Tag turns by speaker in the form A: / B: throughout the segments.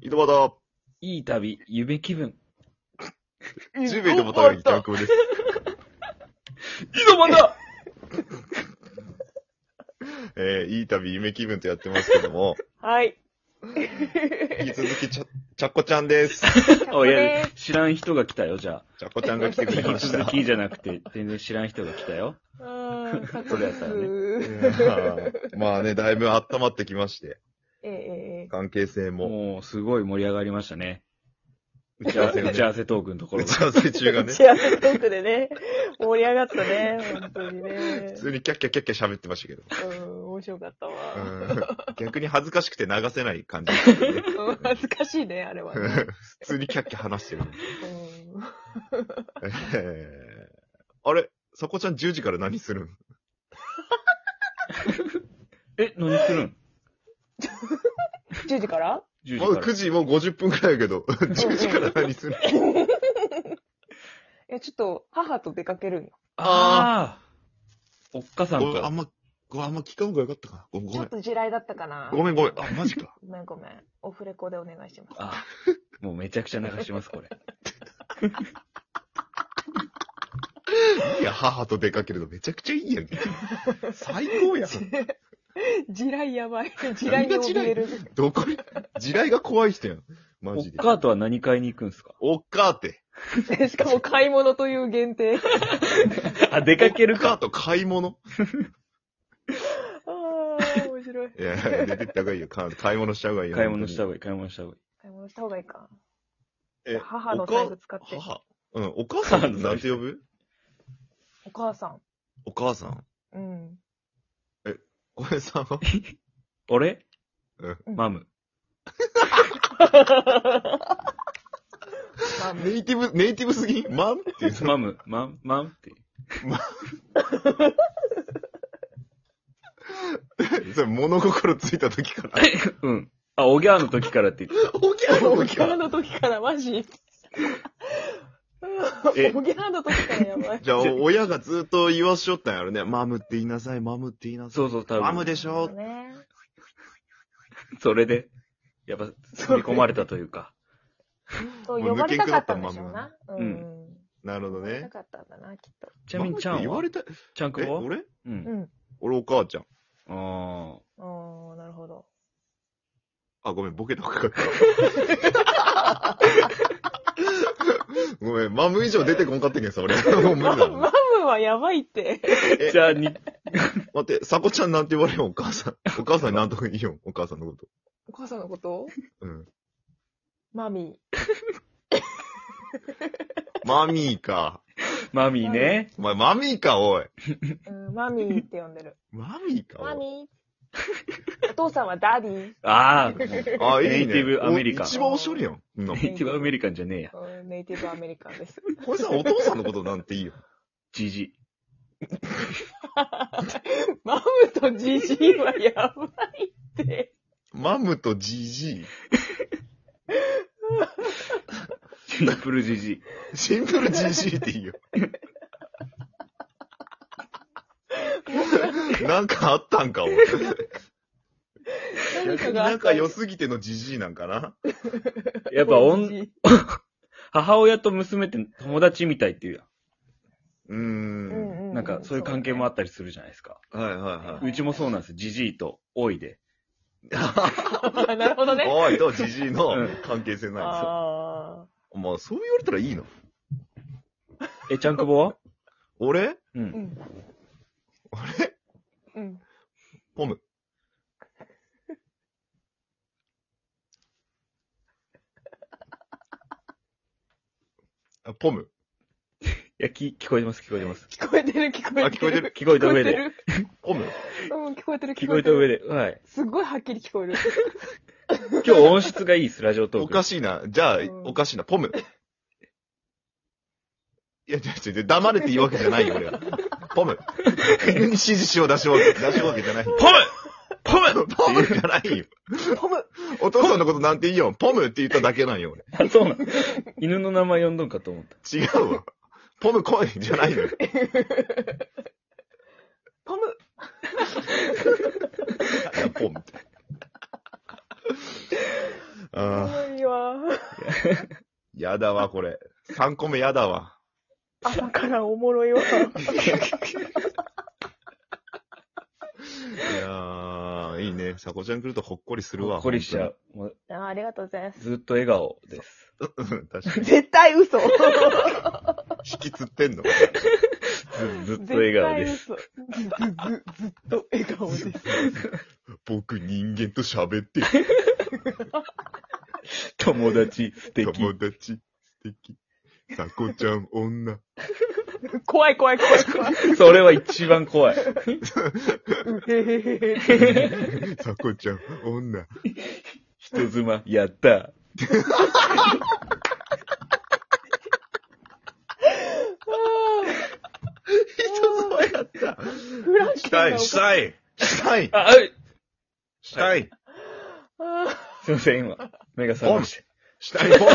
A: 井戸端、
B: いい旅、夢気分。
A: 10名でも食べに逆です。
B: 井戸端だ
A: えー、いい旅、夢気分とやってますけど も、
C: はい。
A: 引き続きちゃ、ちゃっこちゃんです。
B: おいや、知らん人が来たよ、じゃあ。
A: ちゃっこちゃんが来てくれ
B: 引
A: ま
B: き
A: した。
B: 続きじゃなくて、全然知らん人が来たよ。
C: あー
B: それやったらね
A: いや
C: ね。
A: ーまあね、だいぶ温まってきまして、
C: ええええ
A: 関係性も、
B: もう、すごい盛り上がりましたね。
A: 打ち
B: 打ち
A: 合
B: 合
A: わ
B: わ
A: せ
B: せ、
A: が
B: 打
A: ね
B: ち合わせトークのとこ
A: 打
B: ろ
A: ち合わせ中が
C: 打
A: ね、
C: ち合わせトークでね、盛り上がったね、本当にね
A: 普。通にキャッキャキャッキャ喋ってましたけど、
C: うん、面白かった
A: う
C: わ。
A: ん逆に恥ずかしくて流せない感じでしたけどね。
C: うん恥ずかしいね、あれはね。
A: 普通にキャッキャ話してる。
C: うん
A: えーあれ、さこちゃん10時から何するん
B: え、何するん
C: 10時から
B: 10
A: もう
B: 時か
A: 9
B: ら。
A: 時もう50分くらいや けど、10時から何する
C: え、ちょっと、母と出かけるんよ。
B: ああおっかさん
A: ごめんあ
B: と。
A: んま、ごあんま聞かん方がよかったか。ごめん、ご
C: ちょ
A: め
C: っ
A: ん。
C: と地雷だったかな。
A: ごめん、ごめん。あ、マジか。
C: ごめんごめん。オフレコでお願いします。
B: あもうめちゃくちゃ流します、これ。
A: いや、母と出かけるのめちゃくちゃいいやんけ。最高やん。
C: 地雷やばい。地雷に怯える。
A: どこに、地雷が怖い人やん。マ
B: おっ
A: ジで。
B: かーとは何買いに行くんすか
A: おっかーって。
C: え しかも買い物という限定。
B: あ、出かける
A: おっ
B: か。
A: ーと買い物
C: ああ、面白い。
A: いや、出てった方がいいよ。か買い物した方がいいよ。
B: 買い物した方
A: が
B: がいい、買い物した方がいい。
C: 買い物した方がいいか。
A: いい。え
C: 母の財布使っ
A: お
C: て
A: 母。母。うん、お母 さんってなんて呼ぶ
C: お母さん。
A: お母さん。
C: うん。
A: 小林さんは
B: 俺
A: うん
B: マム。
C: マム。
A: ネイティブ、ネイティブすぎんマンっていう。
B: マム、マン、マンって。
A: それ物心ついた時から。
B: うん。あ、おぎゃーの時からって言って
A: おぎゃーの
C: お
A: 時
C: ぎ
A: か
C: ゃ
A: ら
C: ーの時から、マジ。
A: え
C: おぎゃーの時からやばい。
A: じゃあ、お親がずっと言わしよったんやろね。マムって言いなさい、マムって言いなさい。
B: そうそう、多
A: マム
B: 分。
A: でしょ
C: ね。
B: それで、やっぱ、吸り込まれたというか。
C: そう、
A: もう
C: 呼ばれたかったんでし
A: 抜けん
C: ょう
A: くなっ
C: な。
B: マ
C: う
B: ムが
C: ん。
A: なるほど
C: 呼ば
A: ね
C: れた。かったんだな、きっと。
B: ちなみに、ちゃ
A: マムって
B: ん
A: 言わ
B: は
A: れた、
B: ちゃんく
A: え、
B: んは
A: 俺
B: うん。
C: うん。
A: 俺お母ちゃん。
B: あ
C: ああ、なるほど。
A: あ、ごめん、ボケたかかった。ごめん、マム以上出てこんかったけんさ、俺。もう無
C: マ
A: 理だな。
C: マムはやばいって。
B: あ。じゃあ、に、
A: 待って、サコちゃんなんて言われよん、お母さん。お母さんなんとか言いよん、お母さんのこと。
C: お母さんのこと
A: うん。
C: マミ
A: マミーか。
B: マミー ね。
A: お前、マミーか、おい。
C: ー。うん、マミーって呼んでる。
A: マミーか、
C: マ
A: おい。
C: ミー。お父さんはダディ。
B: ああ、
A: あ、いいね。
B: ネイティブアメリカン
A: お 一番おしょりやん。うん
B: ネイティブアメリカンじゃねえや。
C: うんネイティブアメリカンです。
A: これさ、お父さんのことなんていいよ。
B: ジ ジイ。
C: マムとジジイはやばいって。
A: マムとジジ
B: シンプルジジイ。
A: イ。シンプルジジイっていいよ。なんかあったんか、俺。
C: 何かがあった
A: 仲良すぎてのジジイなんかな
B: やっぱ、おん
C: ジジイ
B: 母親と娘って友達みたいっていう
A: うー。
C: うんん
B: や。
C: うん
B: なんか、そういう関係もあったりするじゃないですか。
A: はいは
B: うちもそうなんです。ジジイと、おいで。
A: いは
C: あなるほど
A: い。
C: ね。
A: おいとジジイの関係性ないで
C: あ
A: すよ。まあ、そう言われたらいいの。
B: え、ちゃんくぼ は
A: 俺
B: う。
C: ーうんん。
A: 俺
C: うん。
A: ポム。あポム。
B: いや、き、聞こえてます、聞こえてます。
C: 聞こえてる、聞こえてる。
A: あ聞こえてる
B: 聞こえた上
C: 聞
B: で。
C: こ
A: ポム。
C: えてるうん、聞こえてる、
B: 聞こえた上
C: で。
B: で。 はい。
C: すっごいはっきり聞こえる。
B: 今日音質がいいです、ラジオトー
A: お
B: ク
A: か。しいな。じゃあ
C: う、ん
A: おかしいな。ポム。いや、違う違う、黙れって言うわけじゃないよ、俺は。ポム。犬に指示しよう出しよう、出しようわけじゃない。
B: ポムポム
A: ポムじゃないよ。
C: ポム
A: お父さんのことなんていいよ。ポムって言っただけなんよ、俺。
B: あ、そうなん。犬の名前呼んどんかと思った。
A: 違うわ。ポム来いじゃないのよ。
C: ポム
A: ポムって。ああ。
C: いやわ。
A: やだわ、これ。3個目やだわ。
C: 朝からおも ろいわ。
A: いやー、いいね。さこちゃん来るとほっこりするわ。
B: ほっこりしちゃう。もう
C: あーありがとうございます。
B: ずっと笑顔です。
A: 本当に。確かに。
C: 絶 対嘘。ず
A: 引きつってんの
B: ずずっと笑顔です。。
C: ずずずずっと笑顔です。
A: 僕人間と喋ってる。
B: 友達素
A: 友
B: 敵。
A: 達、素敵。さこちゃん 女。
C: 怖い怖い怖い怖い。
B: それは一番怖い。
C: うへへへへ。
A: さこちゃん女。
B: 人妻、やった。
A: 人妻やった。
C: フラン
A: し
C: ク
A: た、
C: ないお
A: し
C: か
A: たい、したい、
B: あ、あい
A: したい、
C: あー
B: すいません、今。目が覚めまし
A: したい、ボン。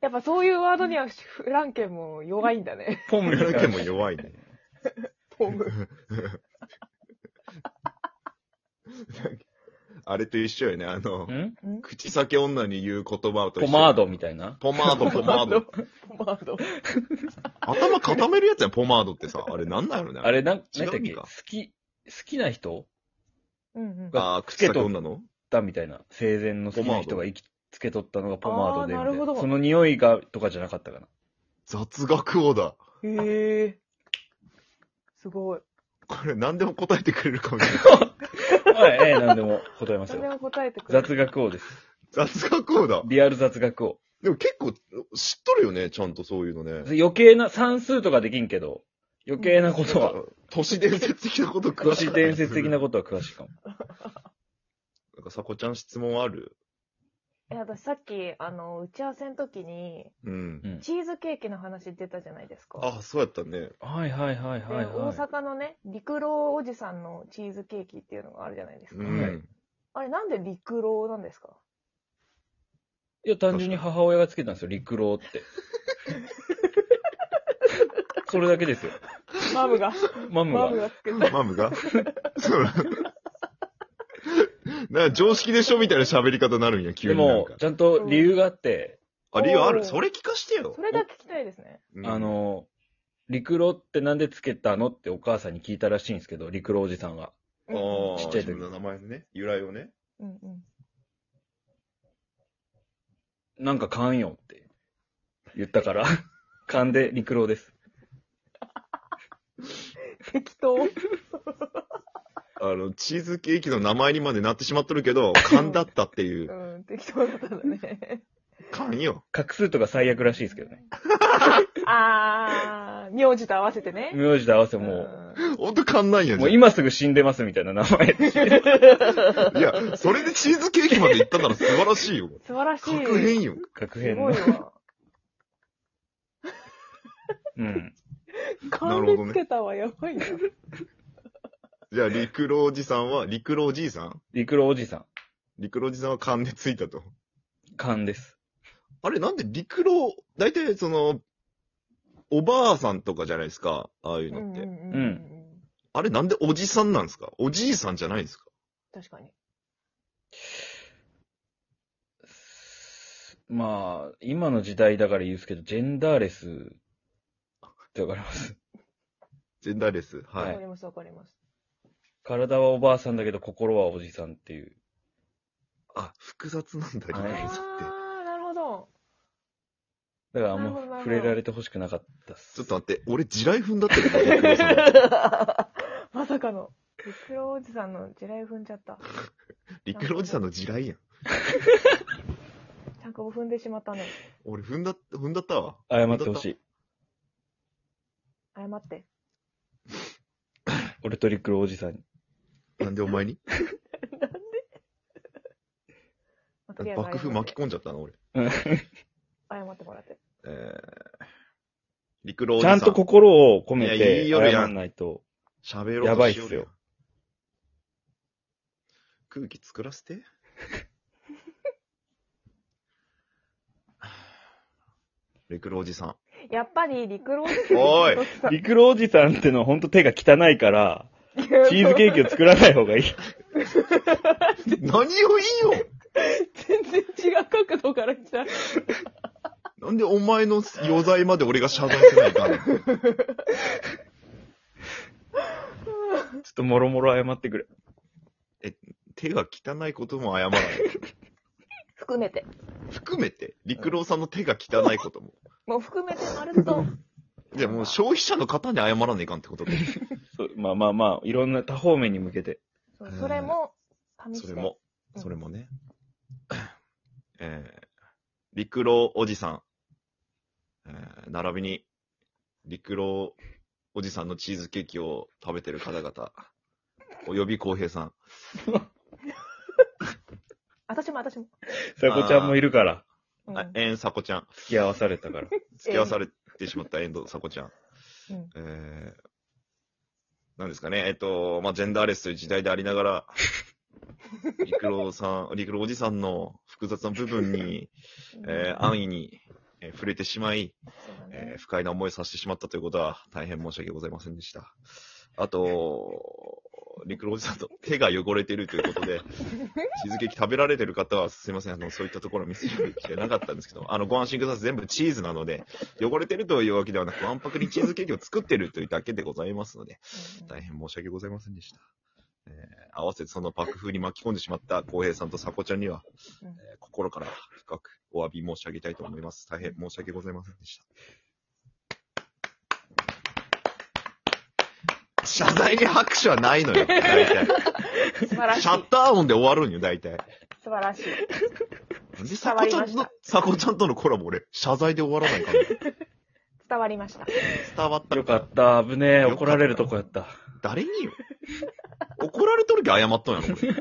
C: やっぱそういうワードにはフランケンも弱いんだね。
B: た。ポム
A: や
B: に
A: らけ
B: 関
A: も
B: して
A: 弱いね。
C: ポム。
A: あれと一緒よね。あの、
B: ん
A: 口先女に言う言葉と一緒。
B: ポマー。ドみたいな
A: ポマード、ポマード。
C: ポマード。
A: 頭固めるやつやん、ポマードってさ。あれなんなんやろね。
B: あれ、なん、なんだっ
A: 違うん
B: け
A: か
B: 好き、好きな人
C: うんうん。
A: あー口先女の
B: だみたいな。生前の好きな人が生き、つけとったのがポマードで。
C: あーなるほど
B: みたいその匂いが、とかじゃなかったかな。
A: 雑学王だ。
C: へえ。すごい。
A: これ何でも答えてくれるかもしれない。
B: はい、ええ、なんでも答えます
C: それ
B: よ。
C: は答えてくれる。
B: 雑学王です。
A: 雑学王だ。
B: リアル雑学王。
A: でも結構知っとるよね、ちゃんとそういうのね。
B: 余計な、算数とかできんけど、余計なことは、
A: 都市伝説的なこと詳
B: 都
A: しい
B: 市伝 説的な。ことは詳しいかも。
A: なんかさこちゃん質問ある
C: え、私さっき、あの、打ち合わせの時に、
A: うん。
B: うん。
C: チーズケーキの話出たじゃないですか。
A: あ、そうやったね。
B: はいはいはい
C: で、
B: はい
C: 大
B: は
C: 阪のね、陸郎おじさんのチーズケーキっていうのがあるじゃないですか。
A: うん。
B: はい
C: あれ、なんで陸郎なんですか
B: い。いや、単純に母親がつけたんですよ、陸郎 って。それだけですよ。
C: マムが、
B: マム
C: マム
B: が。
C: がつけた。
A: マムがそう なんか常識でしょみたいな喋り方になるんや、急
B: で
A: になん
B: も
A: か、。
B: ちゃんと理由があって、
A: あ、理由あ
C: お
A: る
C: ー
A: それ聞かしてよ
C: そ。れだけ聞きたいですね。
A: うん
B: あ、の、陸郎ってなんでつけたのってお母さんに聞いたらしいんですけど、陸郎おじさんが。
A: あ
C: うん
A: ー
B: ちっちゃい時
A: 自分の名前のね、由来をね。
C: うんうん。
B: なんか勘よって言っ たから、勘で陸郎です。
C: 適当。
A: あの、チーズケーキの名前にまでなってしまっとるけど、勘だったっていう。
C: うん、適当だったんだね。
A: 勘よ。
B: 画数とか最悪らしいですけどね。
C: あー、名字と合わせてね。
B: 名字と合わせてもう、
C: も
A: ほんと勘なんやじ
B: も
A: ゃ
B: う今すぐ死んでますみたいな名前。
A: ん。いや、それでチーズケーキまで行ったなら素晴らしいよ。
C: 素晴らしい。
A: 確変よ。
B: 確
C: す
B: 変
C: ご
B: の
C: い。わ。
B: うん。
C: 勘でつけたわ、やばいな。
A: じゃあ、陸老おじさんは、陸老おじいさん
B: 陸郎おじさん。
A: 陸老おじさんは勘でついたと。
B: 勘です。
A: あれ、なんで陸老、大体その、おばあさんとかじゃないですか、ああいうのって。
C: ん
B: う
A: あれ、なんでおじさんなんですかおじいさんじゃないですか
C: 確かに。
B: まあ、今の時代だから言うんですけど、ジェンダーレスってわかります。
A: ジェンダーレス。は
C: わ
A: い。
C: かります、わかります。
B: 体はおばあさんだけど心はおじさんっていう。
A: あ、複雑なんだ、陸
B: は
A: 老
B: い
A: さんって。
C: あー、なる ほど。
B: だからあん
C: なるほどなる
B: ま
C: ほど
B: 触れられてほしくなかった
A: ちょ
B: っす
A: っ。と待って、俺地雷踏んだってる陸老 さん
C: まさかの。ビクロおじさんの地雷踏んじゃった。
A: 陸老おじさんの地雷やん。
C: ちゃんこ踏んでしまったね。
A: 俺踏んだ、踏んだったわ。
B: 謝ってほしい。
C: 謝って。
B: 俺と陸郎おじさんに。
A: なんでお前に
C: まあとりあえず謝っ
A: 爆
C: て
A: 風巻き込んじゃったの、俺。
B: うん
C: 謝ってもらって。
A: えー、陸老おじ
B: ち
A: さ
B: ゃ
A: ん。
B: んと心を込め
A: いやい
B: て
A: い
B: 謝
A: 夜やん
B: らないと。
A: 喋ろうとしよる
B: やばいっすよ。
A: 空気作らせて。 レクロおじさん。
C: やっぱり、陸郎おじさん。
A: おい
B: 陸郎おじさんってのはほんと手が汚いから、 チーズケーキを作らない方がいい。
A: 何をいいよ
C: 全然違う角度から来た。
A: なんでお前の余罪まで俺が謝罪せないかんの
B: ょっともろもろ謝ってくれ。
A: 手が汚いことも謝らない。
C: 含めて。
A: 含めて、陸郎さんの手が汚いことも。
C: もう含めて丸と。
A: じゃあもう消費者の方に謝らないかんってことで。
B: そうまあまあまあ、いろんな多方面に向けて。
C: そうそれも、試して。
A: それも、
C: うん
A: それもね。 えー、陸郎おじさん。えー、並びに、陸郎おじさんのチーズケーキを食べてる方々。および浩平さん。
C: 私も私も。
B: さこちゃんもいるから、
C: うん
A: あ、えんさこちゃん。
B: 付き合わされたから。
A: 付き合わされてしまった遠藤さこちゃん。
C: うん
A: えー、なんですかね、えっと、まあ、ジェンダーレスという時代でありなが ら、陸郎さん、陸郎おじさんの複雑な部分に、えー安易に、えー触れてしまい、
C: そうだ
A: え
C: ね
A: ー不快な思いをさせてしまったということは、大変申し訳ございませんでした。あと、陸郎おじさんと手が汚れているということで、チーズケーキ食べられてる方は、すいません、あの、そういったところ見せてきてなかったんですけど、あの、ご安心ください。全部チーズなので、汚れてるというわけではなく、わんぱくにチーズケーキを作ってるというだけでございますので、
C: うん
A: 大変申し訳ございませんでした。えー合わせてその爆風に巻き込んでしまった浩平さんとさこちゃんには、
C: うん
A: えー心から深くお詫び申し上げたいと思います。大変申し訳ございませんでした。謝罪に拍手はないのよ、大 体。
C: 素晴らしい。
A: シ
C: 素
A: ャッター音で終わるんよ、大体。
C: 晴らしい。
A: なんでさこちゃん
C: 伝わり
A: と
C: ました、
A: さこちゃんとのコラボ俺、謝罪で終わらないから、
C: 伝わりました。
A: 伝わった。
B: よかった、危ねえ、
A: よかった
B: 怒られるとこやった。
A: 誰によ。怒られとるけ謝っとんやろ、これ